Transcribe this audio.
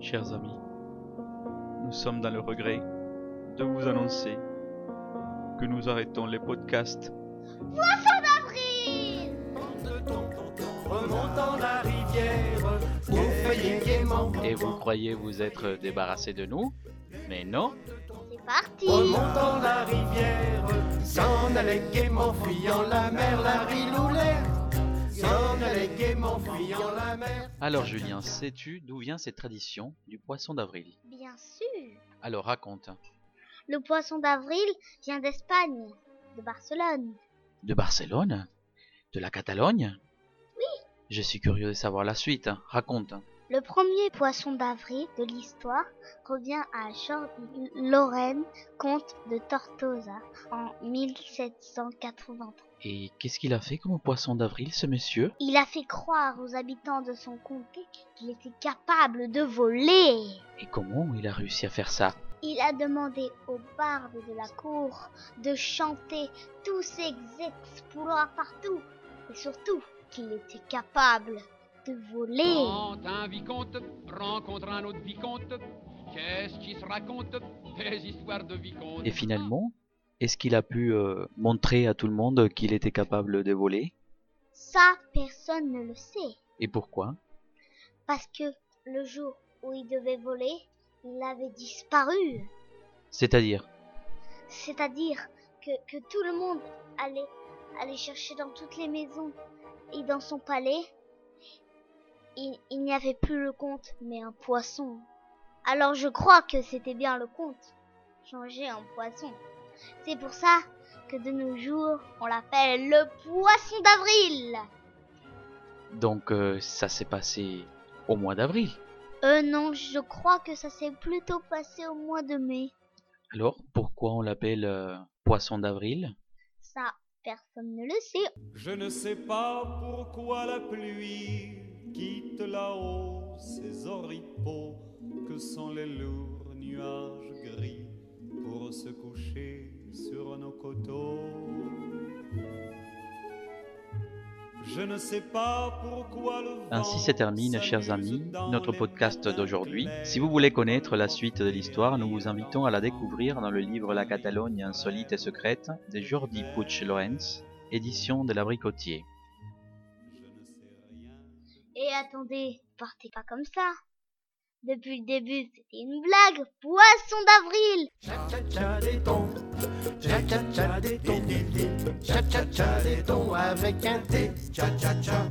chers amis, nous sommes dans le regret de vous annoncer que nous arrêtons les podcasts Remontant la rivière, au feuillet gaiement. Et vous croyez vous être débarrassé de nous Mais non, C'est parti Oh Remontant la rivière, s'en allait gaiement, fuyant la mer, la riloulère. S'en allait gaiement, fuyant la mer. alors Julien, sais-tu d'où vient cette tradition du poisson d'avril Bien sûr Alors raconte. Le poisson d'avril vient d'Espagne, de Barcelone. De Barcelone De la Catalogne Oui. Je suis curieux de savoir la suite, raconte. Le premier poisson d'avril de l'histoire revient à Jean Lorraine, comte de Tortosa, en 1783. Et qu'est-ce qu'il a fait comme poisson d'avril ce monsieur Il a fait croire aux habitants de son comté qu'il était capable de voler. Et comment il a réussi à faire ça Il a demandé aux bardes de la cour de chanter tous ses exploits partout et surtout qu'il était capable de voler. Quand un vicomte rencontre un autre vicomte, qu'est-ce qui se raconte Des histoires de vicomte. Et finalement, est-ce qu'il a pu euh, montrer à tout le monde qu'il était capable de voler Ça, personne ne le sait Et pourquoi parce que le jour où il devait voler, il avait disparu. C'est-à-dire C'est-à-dire que, que tout le monde allait, allait chercher dans toutes les maisons et dans son palais. Il, il n'y avait plus le comte, mais un poisson. Alors je crois que c'était bien le comte, changé en poisson. C'est pour ça que de nos jours, on l'appelle le poisson d'avril. Donc euh, ça s'est passé au mois d'avril. Euh non, je crois que ça s'est plutôt passé au mois de mai. Alors pourquoi on l'appelle euh, poisson d'avril Ça, personne ne le sait. Je ne sais pas pourquoi la pluie quitte là-haut ces oripeaux que sont les lourds nuages gris pour se coucher sur nos coteaux. Je ne sais pas pourquoi le Ainsi vent se termine, chers s'amuse amis, dans notre les podcast matins d'aujourd'hui. clairs. Si vous voulez connaître la suite de l'histoire, nous vous invitons à la découvrir dans le livre La Catalogne insolite et secrète de Jordi Puig Lorenz, édition de l'Abricotier. Je ne sais rien. Et attendez, partez pas comme ça. Depuis le début, c'était une blague. Poisson d'avril Cha-cha-cha des tons, cha-cha-cha des tons, cha-cha-cha des tons avec un T, cha-cha-cha.